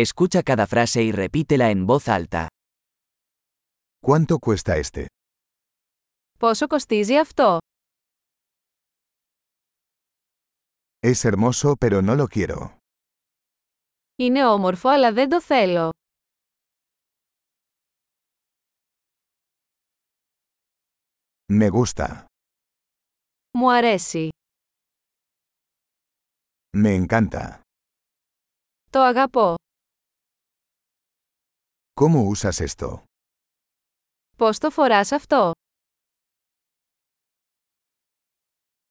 Escucha cada frase y repítela en voz alta. ¿Cuánto cuesta este? Πόσο κοστίζει αυτό? Es hermoso pero no lo quiero. Είναι όμορφο αλλά δεν το θέλω. Me gusta. Μου αρέσει. Me encanta. Το αγαπώ. ¿Cómo usas esto? Πώς το φοράς αυτό?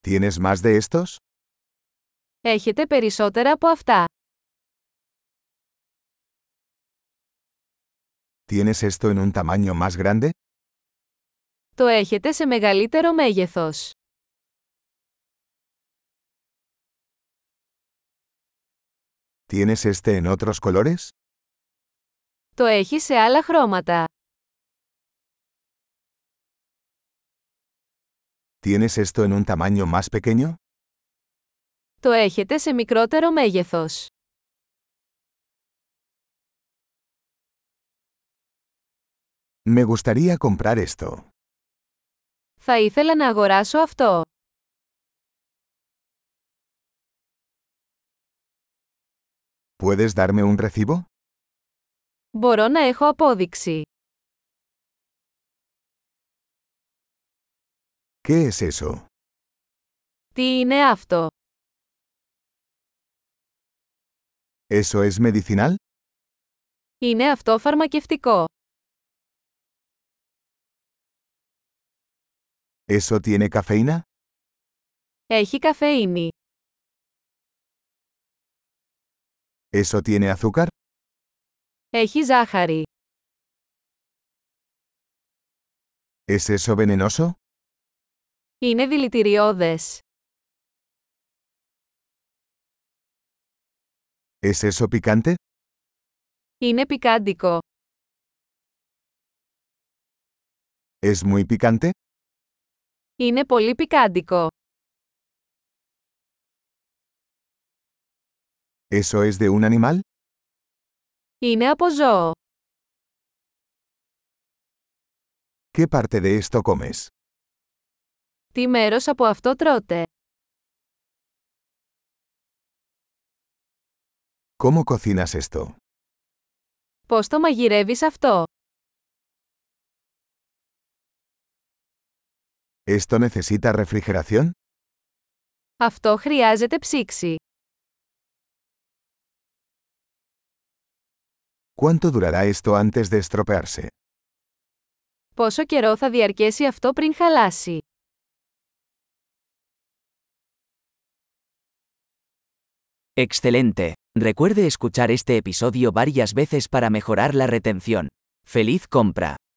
¿Tienes más de estos? Έχετε περισσότερα από αυτά. ¿Tienes esto en un tamaño más grande? Το έχετε σε μεγαλύτερο μέγεθος. ¿Tienes este en otros colores? Το έχει σε άλλα χρώματα. ¿Tienes esto en un tamaño más pequeño? Το έχετε σε μικρότερο μέγεθος. Me gustaría comprar esto. Θα ήθελα να αγοράσω αυτό. ¿Puedes darme un recibo? Μπορώ να έχω απόδειξη. ¿Qué es eso? Τι είναι αυτό? ¿Eso es medicinal? Είναι αυτό φαρμακευτικό. ¿Eso tiene cafeína? Έχει καφεΐνη. ¿Eso tiene azúcar? Έχει ζάχαρη. ¿Es eso venenoso? Είναι δηλητηριώδες. ¿Es eso picante? Είναι πικάντικο. ¿Es muy picante? Είναι πολύ πικάντικο. ¿Eso es de un animal? Είναι από ζώο. ¿Qué parte de esto comes? Τι μέρος από αυτό τρώτε. ¿Cómo cocinas esto? Πώς το μαγειρεύεις αυτό. ¿Esto necesita refrigeración? Αυτό χρειάζεται ψήξη. ¿Cuánto durará esto antes de estropearse? Πόσο καιρό θα διαρκέσει αυτό πριν χαλάσει. Excelente. Recuerde escuchar este episodio varias veces para mejorar la retención. ¡Feliz compra!